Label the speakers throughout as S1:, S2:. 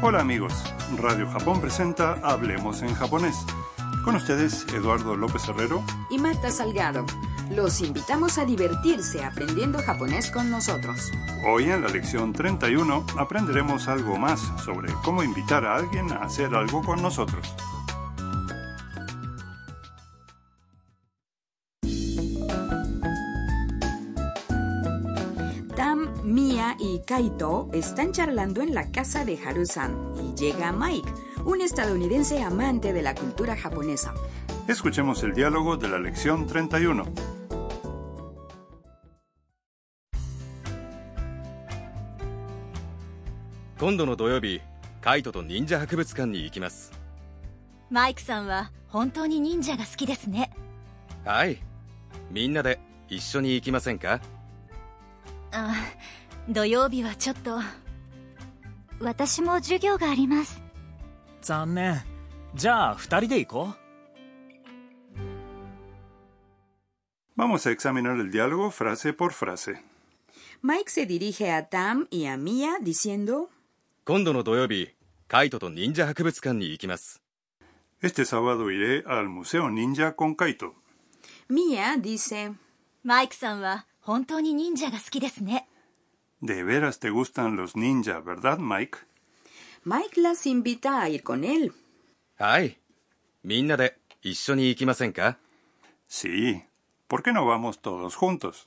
S1: Hola amigos, Radio Japón presenta Hablemos en japonés. Con ustedes, Eduardo López Herrero.
S2: y Marta Salgado. Los invitamos a divertirse aprendiendo japonés con nosotros.
S1: Hoy en la lección 31 aprenderemos algo más sobre cómo invitar a alguien a hacer algo con nosotros.
S2: Tam, Mia y Kaito están charlando en la casa de Haru-san y llega Mike, un estadounidense amante de la cultura japonesa.
S1: Escuchemos el diálogo de la lección 31.
S3: 今度の土曜日カイトと忍者博物館に行きます
S4: マイクさんは本当に忍者が好きですね
S3: はいみんなで一緒に行きませんか
S4: あ土曜日はちょっと私も授業があります
S5: 残念じゃあ二人で行こ
S1: Vamos a examinar el diálogo frase por frase.
S2: Mike se dirige a Tam y a Mia diciendo,
S3: 今度の土曜日カイトと忍者博物館に行きます
S1: Este sábado iré al Museo Ninja con Kaito.
S2: Mia dice,
S4: マイクさんは本当に忍者が好きですね
S1: De veras te gustan los ninja, ¿verdad, Mike?
S2: Mike las invita a ir con él.
S3: はいみんなで一緒に行きませんか
S1: Sí. ¿Por qué no vamos todos juntos?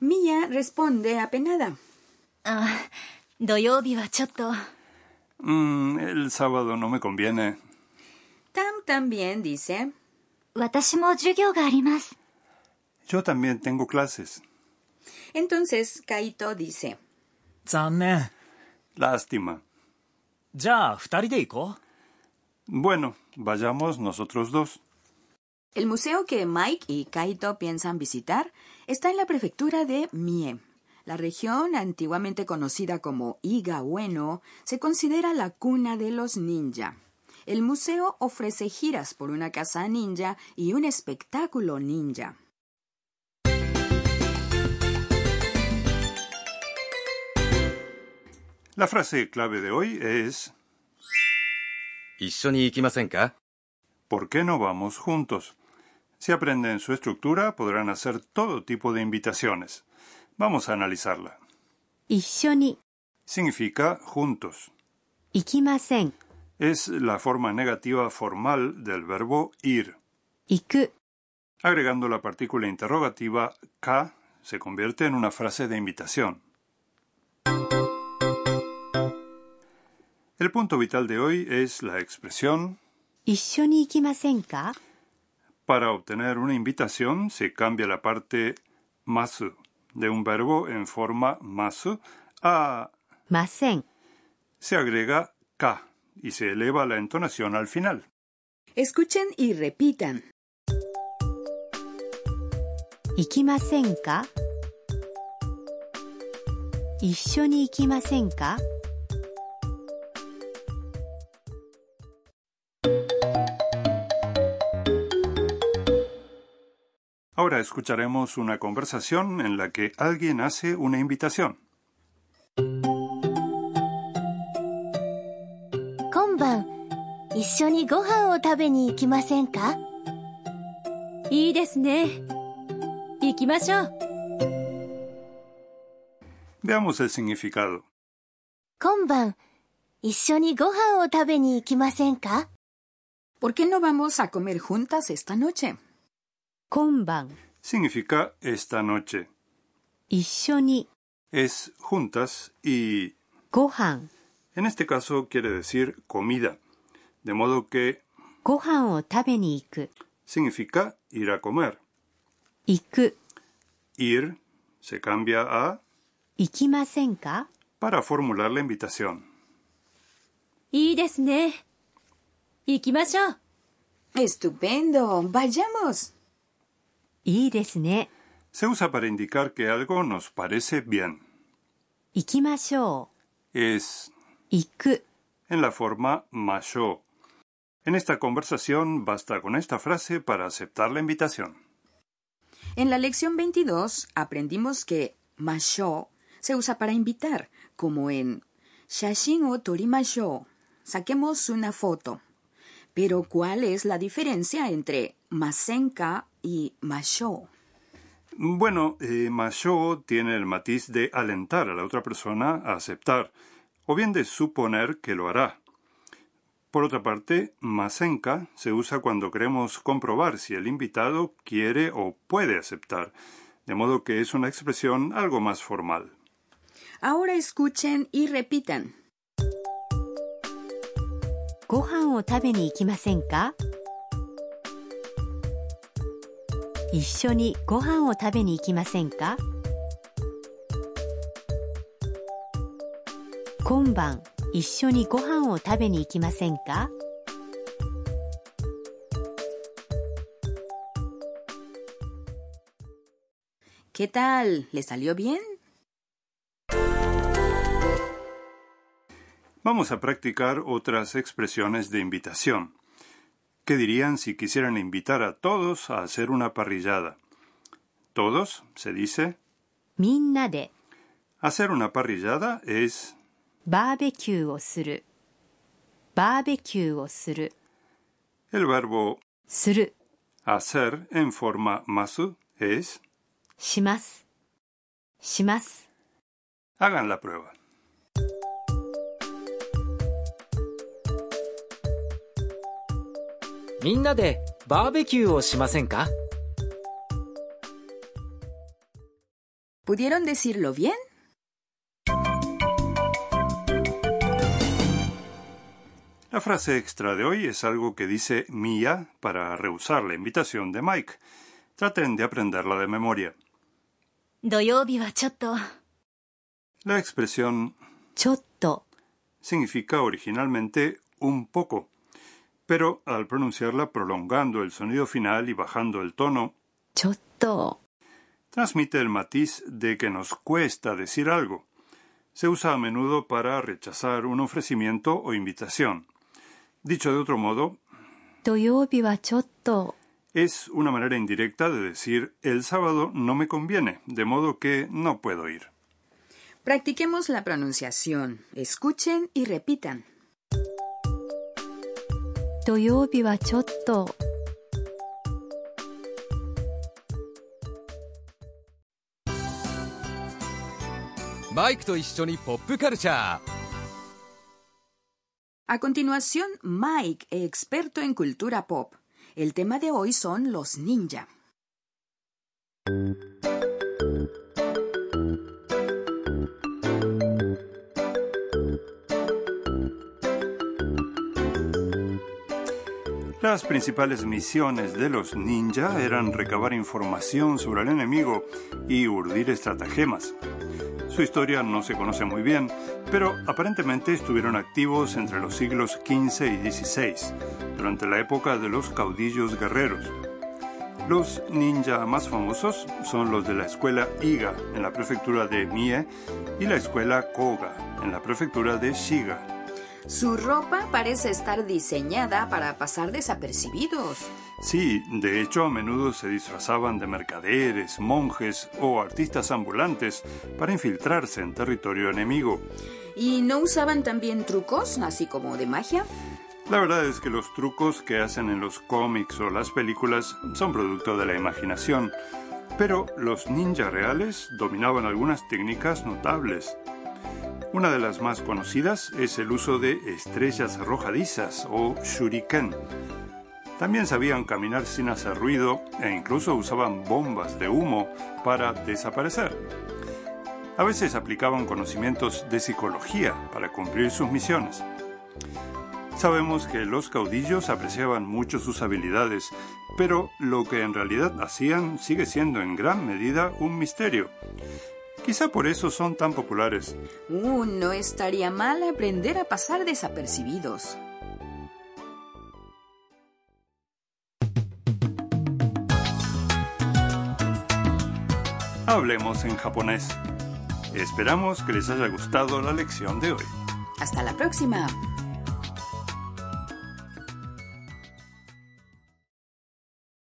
S2: Mia responde apenada.
S4: あ土曜日はちょっと
S1: Mm, el sábado no me conviene.
S2: Tam también dice,
S4: 私も授業があります
S1: Yo también tengo clases.
S2: entonces Kaito dice,
S5: う残念
S1: Lástima.
S5: じゃあ二人で行こ
S1: Bueno, vayamos nosotros dos.
S2: El museo que Mike y Kaito piensan visitar está en la prefectura de Mie. La región, antiguamente conocida como Iga Ueno, se considera la cuna de los ninja. El museo ofrece giras por una casa ninja y un espectáculo ninja.
S1: La frase clave de hoy es
S3: 一緒に行きませんか
S1: ¿Por qué no vamos juntos? Si aprenden su estructura, podrán hacer todo tipo de invitaciones. Vamos a analizarla.
S6: 一緒に
S1: Significa juntos.
S6: 行きません
S1: Es la forma negativa formal del verbo ir.
S6: 行く
S1: Agregando la partícula interrogativa ka se convierte en una frase de invitación. El punto vital de hoy es la expresión
S6: 一緒に行きませんか
S1: Para obtener una invitación se cambia la parte masu de un verbo en forma masu a
S6: ません
S1: se agrega ka y se eleva la entonación al final.
S2: Escuchen y repitan.
S6: 行きませんか一緒に行きませんか
S1: Ahora escucharemos una conversación en la que alguien hace una invitación.
S4: 今晩一緒にご飯を食べに行きませんかいいですね行きましょう
S1: Veamos el significado.
S4: 今晩一緒にご飯を食べに行きませんか
S2: ¿Por qué no vamos a comer juntas esta noche?
S6: 今晩
S1: Significa esta noche.
S6: 一緒に
S1: Es juntas y
S6: ご飯
S1: en este caso quiere decir comida. De modo que
S6: ご飯を食べに行く
S1: significa ir a comer.
S6: 行く
S1: Ir se cambia a
S6: 行きませんか
S1: para formular la invitación.
S4: いいですね行きましょう
S2: Estupendo. Vayamos.
S6: いいですね
S1: Se usa para indicar que algo nos parece bien.
S6: 行きましょ
S1: Es
S6: う行く
S1: en la forma masho. En esta conversación basta con esta frase para aceptar la invitación.
S2: En la lección 22 aprendimos que masho se usa para invitar, como en 写真を撮りましょう。Saquemos una foto. Pero ¿cuál es la diferencia entre masenka y masho?
S1: Bueno, eh, Macho tiene el matiz de alentar a la otra persona a aceptar, o bien de suponer que lo hará. Por otra parte, masenka se usa cuando queremos comprobar si el invitado quiere o puede aceptar, de modo que es una expresión algo más formal.
S2: Ahora escuchen y repitan.
S6: ご飯を食べに行きませんか一緒にご飯を食べに行きませんか今晩一緒にご飯を食べに行きませんか
S2: ¿Qué tal? ¿Le salió bien?
S1: Vamos a practicar otras expresiones de invitación. ¿Qué dirían si quisieran invitar a todos a hacer una parrillada? Todos, se dice.
S6: みんなで
S1: Hacer una parrillada es
S6: バーベキューをするバーベキューをする
S1: el verbo
S6: する
S1: hacer en forma masu es
S6: しますします
S1: hagan la prueba.
S7: みんなでバーベキューをしませんか
S2: ¿Pudieron decirlo bien?
S1: La frase extra de hoy es algo que dice Mia para rehusar la invitación de Mike. Traten de aprenderla de memoria.
S4: 土曜日はちょっと
S1: La expresión
S6: ちょっと
S1: significa originalmente un poco, pero al pronunciarla prolongando el sonido final y bajando el tono,
S6: ちょっと
S1: transmite el matiz de que nos cuesta decir algo. Se usa a menudo para rechazar un ofrecimiento o invitación. Dicho de otro modo,
S6: 土曜日はちょっと
S1: es una manera indirecta de decir el sábado no me conviene, de modo que no puedo ir.
S2: Practiquemos la pronunciación. Escuchen y repitan.
S6: 土曜日はちょっと
S3: マイクと一緒にポップカルチャー
S2: A continuación, Mike, experto en cultura pop. El tema de hoy son los ninja.
S1: Las principales misiones de los ninja eran recabar información sobre el enemigo y urdir estratagemas. Su historia no se conoce muy bien, pero aparentemente estuvieron activos entre los siglos XV y XVI, durante la época de los caudillos guerreros. Los ninja más famosos son los de la escuela Iga en la prefectura de Mie y la escuela Koga en la prefectura de Shiga.
S2: Su ropa parece estar diseñada para pasar desapercibidos.
S1: Sí, de hecho a menudo se disfrazaban de mercaderes, monjes o artistas ambulantes para infiltrarse en territorio enemigo.
S2: ¿Y no usaban también trucos, así como de magia?
S1: La verdad es que los trucos que hacen en los cómics o las películas son producto de la imaginación, pero los ninjas reales dominaban algunas técnicas notables. Una de las más conocidas es el uso de estrellas arrojadizas o shuriken. También sabían caminar sin hacer ruido e incluso usaban bombas de humo para desaparecer. A veces aplicaban conocimientos de psicología para cumplir sus misiones. Sabemos que los caudillos apreciaban mucho sus habilidades, pero lo que en realidad hacían sigue siendo en gran medida un misterio. Quizá por eso son tan populares.
S2: Uh, no estaría mal aprender a pasar desapercibidos.
S1: Hablemos en japonés. Esperamos que les haya gustado la lección de hoy.
S2: Hasta la próxima.